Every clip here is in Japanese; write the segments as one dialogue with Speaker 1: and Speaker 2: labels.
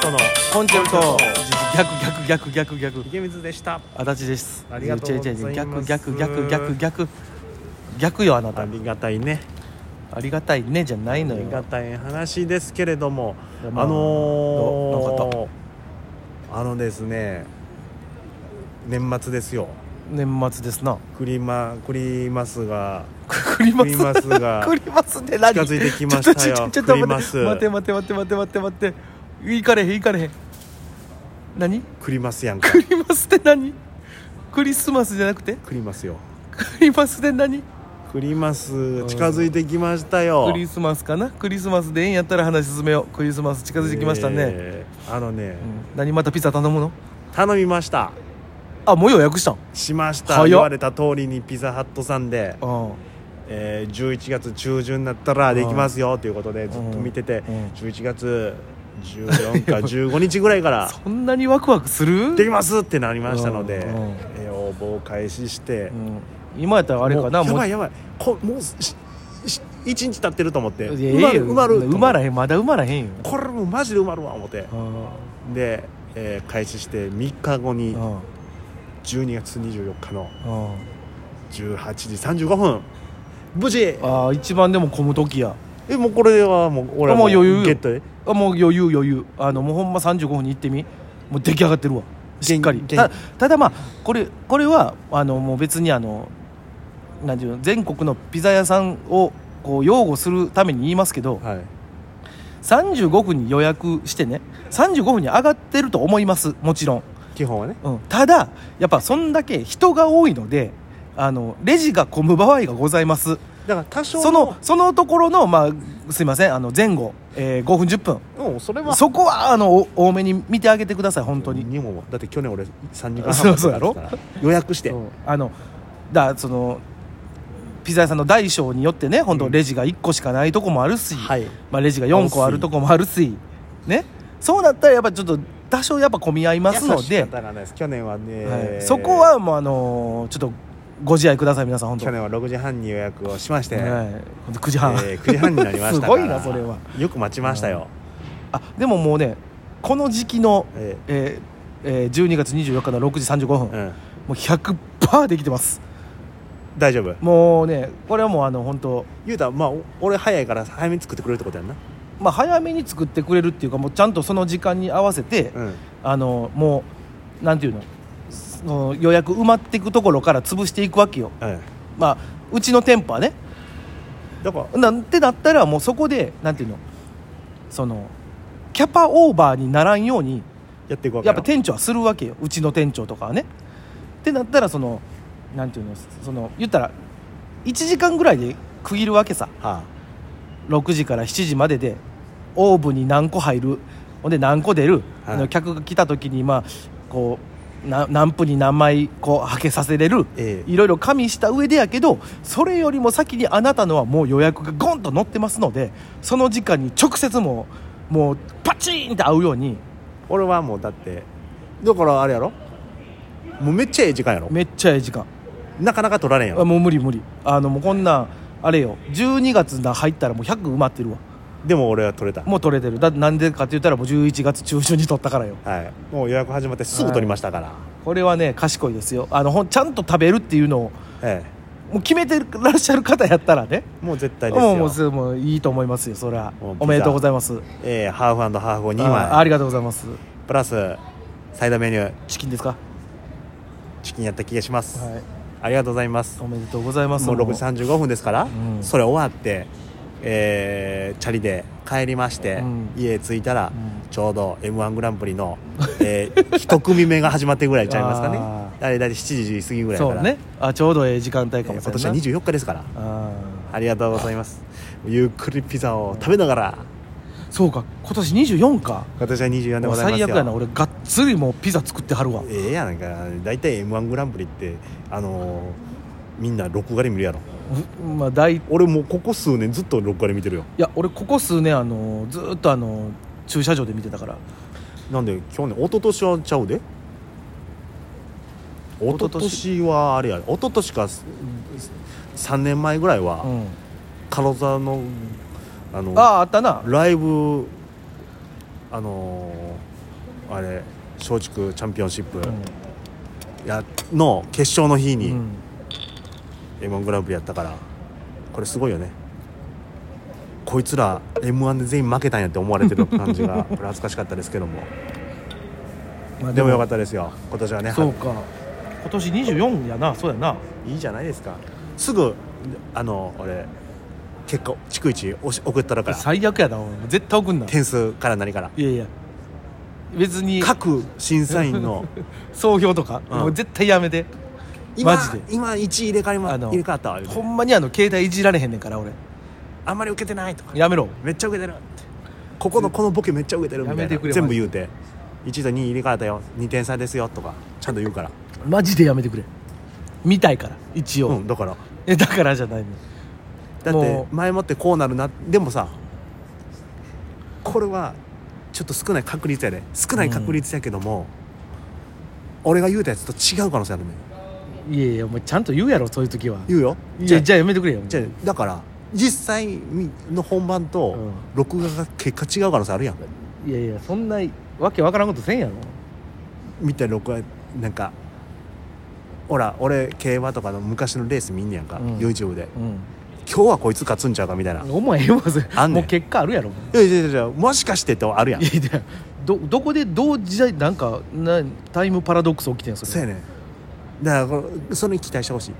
Speaker 1: トのコンチェルト
Speaker 2: 逆逆逆逆逆
Speaker 1: 池水でした
Speaker 2: 足立です
Speaker 1: ありがとうございます
Speaker 2: 違違逆逆逆逆逆逆よあな
Speaker 1: あ
Speaker 2: た
Speaker 1: りがたいね
Speaker 2: ありがたいねじゃない
Speaker 1: あ
Speaker 2: のよ
Speaker 1: りがたい話ですけれども
Speaker 2: いやま
Speaker 1: あの
Speaker 2: ななか
Speaker 1: ー、あのですね年末ですよ
Speaker 2: 年末ですな
Speaker 1: クリマクリマスが
Speaker 2: クリマ
Speaker 1: ク
Speaker 2: ス
Speaker 1: リマス が
Speaker 2: クリマスって何
Speaker 1: 近づいてきましたよ
Speaker 2: ちょっとちょっと
Speaker 1: クリマ
Speaker 2: 待
Speaker 1: ス
Speaker 2: って待って待って待って待って待って待っていかれへんいかれへん何
Speaker 1: クリマス やんか
Speaker 2: クリマスって何クリスマスじゃなくて
Speaker 1: クリマスよ
Speaker 2: クリマスって何ク
Speaker 1: クリマス近づいてきましたよ
Speaker 2: リスマスかなクリスマスでええんやったら話進めようクリスマス近づいてきましたね、
Speaker 1: えーあのね、
Speaker 2: うん何またピザ頼むの
Speaker 1: 頼みました
Speaker 2: あもう予約したん
Speaker 1: しまし
Speaker 2: 早
Speaker 1: た
Speaker 2: っ
Speaker 1: 言われた通りにピザハットさんで、
Speaker 2: うん
Speaker 1: えー11月中旬になったらできますよということでずっと見てて、
Speaker 2: うん
Speaker 1: 11月14か15日 ぐらいから
Speaker 2: そんなにワクワクする
Speaker 1: できますってなりましたので、
Speaker 2: うんうん
Speaker 1: えー応募を開始して、
Speaker 2: うん今やったらあれかな
Speaker 1: もうや
Speaker 2: も
Speaker 1: ばいうやばいこもうしし1日経ってると思って
Speaker 2: いや
Speaker 1: 埋ま
Speaker 2: ええ
Speaker 1: る
Speaker 2: よ
Speaker 1: 埋まると思って
Speaker 2: 埋まらへんまだ埋まらへんよ
Speaker 1: これもうマジで埋まるわ思って
Speaker 2: うん
Speaker 1: で、えー開始して3日後に
Speaker 2: うん
Speaker 1: 12月24日の
Speaker 2: うん
Speaker 1: 18時35分無事え
Speaker 2: ああ一番でも混む時や
Speaker 1: もうこれはもう俺は
Speaker 2: もう余裕よ
Speaker 1: ゲットで
Speaker 2: あもう余裕余裕あのもうほんま35分に行ってみもう出来上がってるわしっかり
Speaker 1: 元気
Speaker 2: たただまあこれこれはあのもう別にあのなんていうの全国のピザ屋さんをこう擁護するために言いますけど
Speaker 1: はい
Speaker 2: 35分に予約してね35分に上がってると思いますもちろん、
Speaker 1: 基本はね
Speaker 2: うん、ただやっぱそんだけ人が多いのであのレジが混む場合がございます
Speaker 1: だから多少
Speaker 2: そのそのところの、まあ、すいませんあの前後、えー5分10分
Speaker 1: うんそれは
Speaker 2: そこはあのお多めに見てあげてください本当に、
Speaker 1: にもだって去年俺3時間
Speaker 2: そ
Speaker 1: 半
Speaker 2: うそうやろ
Speaker 1: 待ってたから予約して
Speaker 2: そうあのだそのピザ屋さんの大小によってね本当
Speaker 1: うん
Speaker 2: レジが1個しかないとこもあるし、
Speaker 1: はい
Speaker 2: まあ、レジが4個あるとこもあるしねそうなったらやっぱちょっと多少やっぱ混み合いますの
Speaker 1: 優し
Speaker 2: で
Speaker 1: かっ、たがないです去年はね、
Speaker 2: はいそこはもうあのーちょっとご自愛ください皆さん本当
Speaker 1: 去年は6時半に予約をしまして、
Speaker 2: はい、9時半、
Speaker 1: えー9時半になりましたから
Speaker 2: すごいなそれは
Speaker 1: よく待ちましたよ、
Speaker 2: あでももうねこの時期の、
Speaker 1: え
Speaker 2: えーえー12月24日の6時35分、
Speaker 1: ーうん、
Speaker 2: もう100%できてます
Speaker 1: 大丈夫
Speaker 2: もうねこれはもうあの本当
Speaker 1: 言うたらまあお俺早いから早めに作ってくれるってことやんな
Speaker 2: まあ早めに作ってくれるっていうかもうちゃんとその時間に合わせて、
Speaker 1: うん
Speaker 2: あのもうなんていうのその予約埋まっていくところから潰していくわけよ
Speaker 1: うん
Speaker 2: まあうちの店舗はね
Speaker 1: だから
Speaker 2: なんてなったらもうそこでなんていうのそのキャパオーバーにならんように
Speaker 1: やっていくわけ
Speaker 2: やっ
Speaker 1: やろ
Speaker 2: ぱ店長はするわけようちの店長とかはねってなったらそのなんていうのその言ったら1時間ぐらいで区切るわけさ
Speaker 1: は
Speaker 2: 6時から7時まででオーブンに何個入るほんで何個出る、
Speaker 1: はい
Speaker 2: あの客が来た時にまあこうな何分に何枚こうはけさせれる、
Speaker 1: ええ
Speaker 2: いろいろ加味した上でやけどそれよりも先にあなたのはもう予約がゴンと載ってますのでその時間に直接もうもうパチンって合うように
Speaker 1: あ俺はもうだってだからあれやろもうめっちゃええ時間やろ
Speaker 2: めっちゃええ時間
Speaker 1: なかなか取られんや
Speaker 2: あ
Speaker 1: ろ
Speaker 2: もう無理無理あのもうこんなんあれよ12月な入ったらもう100埋まってるわ
Speaker 1: でも俺は取れた
Speaker 2: もう取れてるだってなんでかって言ったらもう11月中旬に取ったからよ
Speaker 1: はいもう予約始まってすぐ取りましたから、
Speaker 2: これはね賢いですよあのほんちゃんと食べるっていうのを
Speaker 1: え
Speaker 2: もう決めてらっしゃる方やったらね
Speaker 1: えもう絶対です
Speaker 2: もうもう
Speaker 1: よ、
Speaker 2: すもういいと思いますよそれは
Speaker 1: もうピザ
Speaker 2: おめでとうございます
Speaker 1: ええハーフハーフを2
Speaker 2: ああ
Speaker 1: 枚
Speaker 2: りがとうございます
Speaker 1: プラスサイドメニュー
Speaker 2: チキンですか
Speaker 1: チキンやった気がします、
Speaker 2: はい
Speaker 1: ありがとうございます
Speaker 2: おめでとうございます
Speaker 1: もう6時35分ですから、
Speaker 2: ん
Speaker 1: それ終わって、えーチャリで帰りまして、
Speaker 2: うん
Speaker 1: 家着いたら、
Speaker 2: うん
Speaker 1: ちょうど m 1グランプリの、え ー、一組目が始まってぐらいちゃいますかね
Speaker 2: あ
Speaker 1: あれ大体7時過ぎぐらいか
Speaker 2: そ
Speaker 1: ら
Speaker 2: うねあちょうどええ時間
Speaker 1: え
Speaker 2: 帯
Speaker 1: ー
Speaker 2: かもし
Speaker 1: 今
Speaker 2: れ
Speaker 1: 年
Speaker 2: な、
Speaker 1: はい24日ですから
Speaker 2: あ
Speaker 1: ありがとうございますゆっくりピザを食べながら
Speaker 2: ーそうか今年24か
Speaker 1: 今年は24でご
Speaker 2: もう
Speaker 1: ざいます
Speaker 2: 最
Speaker 1: よ
Speaker 2: 悪やな俺がっつりもうピザ作ってはるわ
Speaker 1: ええやなんか大体 m 1グランプリってあのーみんな録画で見るやろ
Speaker 2: うまあ大い
Speaker 1: 俺もうここ数年ずっと録画で見てるよ
Speaker 2: や俺ここ数年あのずーっとあの駐車場で見てたから
Speaker 1: なんで去年一昨年はちゃうで一昨年はあれや一昨年か3年前ぐらいは、
Speaker 2: うん
Speaker 1: 軽沢のあの
Speaker 2: あああったな
Speaker 1: ライブあのーあれ松竹チャンピオンシップ
Speaker 2: う
Speaker 1: やの決勝の日
Speaker 2: ん
Speaker 1: に
Speaker 2: うん
Speaker 1: m 1グランプリやったからこれすごいよねこいつら m 1で全員負けたんやって思われてる感じ がこれ恥ずかしかったですけども
Speaker 2: まあ
Speaker 1: でもよかったですよ今年はね
Speaker 2: そうか今年24やなそうやない
Speaker 1: いじゃないですかすぐあの俺結果逐一おし送ったらから
Speaker 2: 最悪やなお前絶対送んな
Speaker 1: 点数から何から
Speaker 2: いやいや別に
Speaker 1: 各審査員 の
Speaker 2: 総評とか、
Speaker 1: うん
Speaker 2: もう絶対やめて
Speaker 1: 今
Speaker 2: マジで
Speaker 1: 今1位入れ替わりま
Speaker 2: あの
Speaker 1: 入れ替わったわ言うて
Speaker 2: ほんまにあの携帯いじられへんねんから俺
Speaker 1: あんまり受けてないとか
Speaker 2: やめろ
Speaker 1: めっちゃ受けてるってここのこのボケめっちゃ受けてるみたい
Speaker 2: やめてく
Speaker 1: な
Speaker 2: れ
Speaker 1: 全部言うて1と2入れ替わったよ2点差ですよとかちゃんと言うから
Speaker 2: マジでやめてくれ見たいから一応、
Speaker 1: うんだから
Speaker 2: えだからじゃないの
Speaker 1: だって
Speaker 2: もう
Speaker 1: 前もってこうなるなでもさこれはちょっと少ない確率やで少ない確率やけども、俺が言うたやつと違う可能性あるのよ
Speaker 2: いやいやお前ちゃんと言うやろそういう時は
Speaker 1: 言うよ
Speaker 2: い
Speaker 1: じゃ
Speaker 2: や
Speaker 1: あ
Speaker 2: じゃあやめてくれよ
Speaker 1: じゃあだから実際の本番と
Speaker 2: うん
Speaker 1: 録画が結果違う可能性あるやん
Speaker 2: いやいやそんなわけわからんことせんやろ
Speaker 1: みたいな録画なんかほら俺競馬とかの昔のレース見んねやんか、
Speaker 2: うん
Speaker 1: YouTube で
Speaker 2: うん
Speaker 1: 今日はこいつ勝つんちゃうかみたいな、い
Speaker 2: お前ええわそれ
Speaker 1: あんね
Speaker 2: も
Speaker 1: ん
Speaker 2: う結果あるやろも
Speaker 1: やいやいやいやもしかしてってあるや
Speaker 2: うんいやいやどどこでどう時代なんかなタイムパラドックス起きてんそれ
Speaker 1: そうやねんだからこのそれに期待してほしい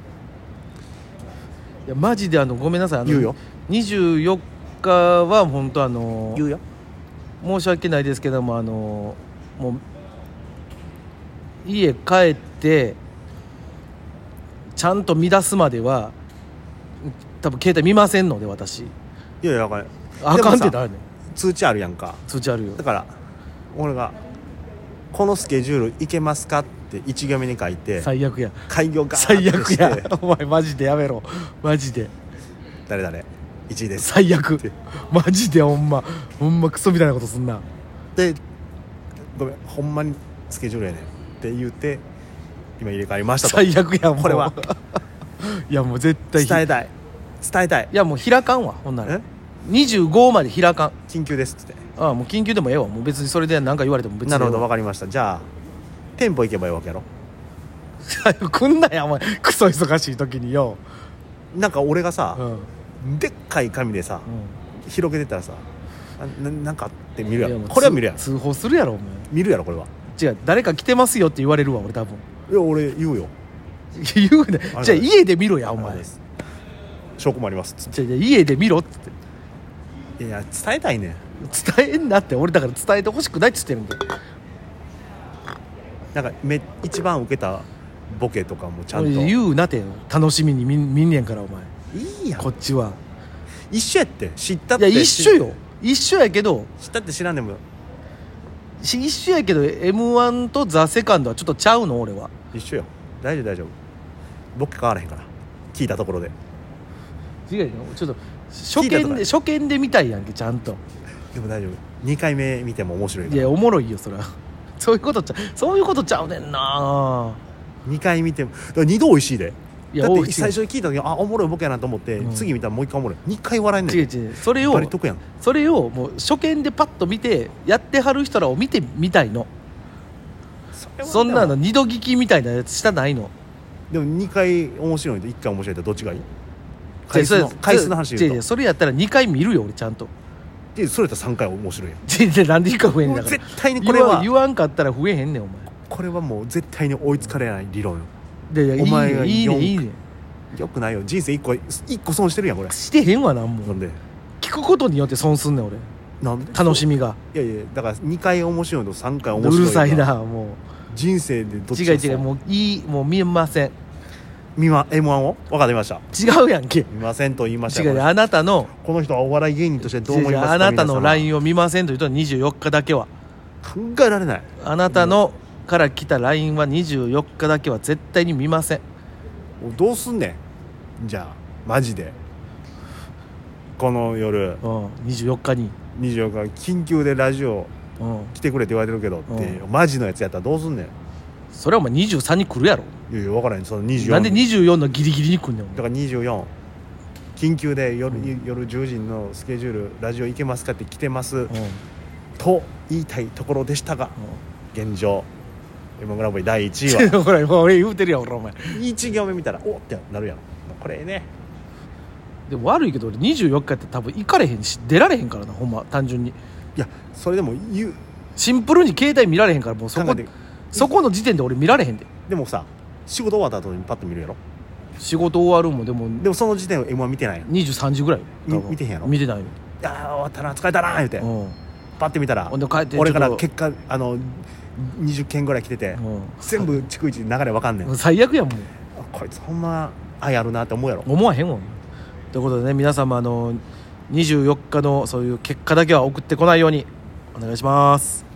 Speaker 2: いやマジであのごめんなさいあの
Speaker 1: 言うよ
Speaker 2: 24日は本当あの
Speaker 1: 言うよ
Speaker 2: 申し訳ないですけどもあのもう家帰ってちゃんと乱すまでは多分携帯見ませんので私
Speaker 1: いやいやあかん
Speaker 2: あかんっ
Speaker 1: でもさ
Speaker 2: て誰ねん
Speaker 1: 通知あるやんか
Speaker 2: 通知あるよ
Speaker 1: だから俺が「このスケジュールいけますか?」って1行目に書いて
Speaker 2: 最悪や
Speaker 1: 開業が
Speaker 2: 最悪や お前マジでやめろマジで
Speaker 1: 誰誰1位です
Speaker 2: 最悪マジでほんまほんまクソみたいなことすんな
Speaker 1: でごめんほんまにスケジュールやねんって言うて今入れ替わりましたと
Speaker 2: 最悪やもう
Speaker 1: これ はい
Speaker 2: やもう絶対
Speaker 1: 伝えたい伝えたい
Speaker 2: いやもう開かんわほんなら
Speaker 1: え
Speaker 2: 25まで開かん
Speaker 1: 緊急ですって
Speaker 2: ああもう緊急でもええわもう別にそれで何か言われても別に
Speaker 1: なるほど
Speaker 2: ええ
Speaker 1: わ
Speaker 2: わ
Speaker 1: かりましたじゃあ店舗行けばいいわけやろ
Speaker 2: 来んなやお前クソ忙しい時によ
Speaker 1: なんか俺が
Speaker 2: うん
Speaker 1: さ、
Speaker 2: うん
Speaker 1: でっかい紙でさ広げてたらさあななんかあって見るや
Speaker 2: いや
Speaker 1: ん
Speaker 2: もう
Speaker 1: これは見るやん
Speaker 2: 通通報するやろお前
Speaker 1: 見るやろこれは
Speaker 2: 違う誰か来てますよって言われるわ俺多分
Speaker 1: いや俺言うよ
Speaker 2: 言うね
Speaker 1: あれ
Speaker 2: じゃあ家で見ろやお前
Speaker 1: あれ
Speaker 2: じ
Speaker 1: で
Speaker 2: ゃ
Speaker 1: す証拠もありますつっ
Speaker 2: あじゃあ家で見ろっつって
Speaker 1: ていや伝えたいねん
Speaker 2: 伝えんなって俺だから伝えてほしくないっつってるんで
Speaker 1: なんかめ一番受けたボケとかもちゃんとい
Speaker 2: 言うなって楽しみに見見んねんからお前
Speaker 1: いやん
Speaker 2: こっちは
Speaker 1: 一緒やって知ったっ
Speaker 2: いや
Speaker 1: てい
Speaker 2: 一緒よ一緒やけど
Speaker 1: 知ったって知らんでも
Speaker 2: し一緒やけど m 1と「ザセカンドはちょっとちゃうの俺は
Speaker 1: 一緒よ大丈夫大丈夫ボケ変わらへんから聞いたところで
Speaker 2: 違うよちょっと初
Speaker 1: 聞いたと
Speaker 2: 見
Speaker 1: か
Speaker 2: で初見で見たいやんけちゃんと
Speaker 1: でも大丈夫2回目見ても面白いか
Speaker 2: い
Speaker 1: ら
Speaker 2: やおもろいよそれは そういうことちゃそういうことちゃうねんな
Speaker 1: 2回見ても2度美味しいで
Speaker 2: いや
Speaker 1: だ
Speaker 2: お
Speaker 1: っ
Speaker 2: い
Speaker 1: て最初に聞いた時あおもろいボケやなと思って、
Speaker 2: うん
Speaker 1: 次見たらもう1回おもろい2回笑えんねん
Speaker 2: 違う違うそれを
Speaker 1: バリ得やん
Speaker 2: それをもう初見でパッと見てやってはる人らを見てみたいの
Speaker 1: それは
Speaker 2: そんなの
Speaker 1: でも
Speaker 2: 二度聞きみたいなやつしたないの
Speaker 1: でも2回面白いのと1回面白いのとどっちがいい
Speaker 2: 違
Speaker 1: 回数
Speaker 2: うそれ
Speaker 1: の回数の話
Speaker 2: 違う
Speaker 1: 言
Speaker 2: 違
Speaker 1: う
Speaker 2: う
Speaker 1: と
Speaker 2: それやったら2回見るよ俺ちゃんと
Speaker 1: でそれやったら3回面白いやん
Speaker 2: 違う違うなんで1回増えんねん
Speaker 1: も
Speaker 2: だ
Speaker 1: う
Speaker 2: から
Speaker 1: 絶対にこ
Speaker 2: 言
Speaker 1: れ
Speaker 2: わん
Speaker 1: は
Speaker 2: 言わんかったら増えへんねんお前
Speaker 1: これはもう絶対に追いつかれない理論よ
Speaker 2: でいやい
Speaker 1: お前が
Speaker 2: いねんいいねんいいねん
Speaker 1: よくないよ人生1個一個損してるやんこれ
Speaker 2: してへんわなん
Speaker 1: な
Speaker 2: も
Speaker 1: んで
Speaker 2: 聞くことによって損すんねん俺
Speaker 1: なんで
Speaker 2: 楽しみが
Speaker 1: いやいやだから2回面白いのと3回
Speaker 2: う
Speaker 1: 面白いの
Speaker 2: るさいなも
Speaker 1: 人生でど
Speaker 2: う
Speaker 1: っち
Speaker 2: 違う違う
Speaker 1: う
Speaker 2: もういいもう見えません
Speaker 1: 見ま M1 を分かりました
Speaker 2: 違うやんけ
Speaker 1: 見ませんと言いました
Speaker 2: 違う
Speaker 1: よ
Speaker 2: あなたの
Speaker 1: この人はお笑い芸人としてどう
Speaker 2: 違
Speaker 1: 思
Speaker 2: う
Speaker 1: いますか
Speaker 2: あなたの
Speaker 1: 皆様
Speaker 2: LINE を見ませんという人は24日だけは
Speaker 1: 考えられない
Speaker 2: あなたのから来た LINE は24日だけは絶対に見ません
Speaker 1: もうどうすんねんじゃあマジでこの夜
Speaker 2: うん24日に
Speaker 1: 24日緊急でラジオ
Speaker 2: うん
Speaker 1: 来てくれって言われてるけどって、
Speaker 2: う
Speaker 1: マジのやつやったらどうすんね
Speaker 2: それはお前23に来るやろ
Speaker 1: んいやいや分からへんその24
Speaker 2: なんで24のギリギリに来んねんお前
Speaker 1: だから24緊急で夜,、夜10時のスケジュールラジオ行けますかって来てます、
Speaker 2: うんうん
Speaker 1: と言いたいところでしたが現状 M グランプリ第1位は
Speaker 2: ほら俺言うてるやん俺お前
Speaker 1: 1行目見たらおってなるやんこれね
Speaker 2: でも悪いけど俺24日やって多分行かれへんし出られへんからなほんま単純に
Speaker 1: いやそれでも言う
Speaker 2: シンプルに携帯見られへんからもうそ
Speaker 1: 考
Speaker 2: こ
Speaker 1: えて
Speaker 2: そこの時点で俺見られへんで
Speaker 1: でもさ仕事終わった後にパッと見るやろ
Speaker 2: 仕事終わるんもでも
Speaker 1: でもその時点は M は見てないやん
Speaker 2: 23時ぐらいよ多分
Speaker 1: み見てへんやろ
Speaker 2: 見てないよ、
Speaker 1: あー終わったな疲れたなー言うて
Speaker 2: うん
Speaker 1: パッて見たら
Speaker 2: ほんで帰って
Speaker 1: 俺から
Speaker 2: ちょっと
Speaker 1: 結果あの20件ぐらい来てて
Speaker 2: うん
Speaker 1: 全部逐一流れわかんねん
Speaker 2: もう最悪やもん
Speaker 1: あこいつほんま愛あるなって思うやろ
Speaker 2: 思わへんもんということでね皆様あの24日のそういう結果だけは送ってこないようにお願いします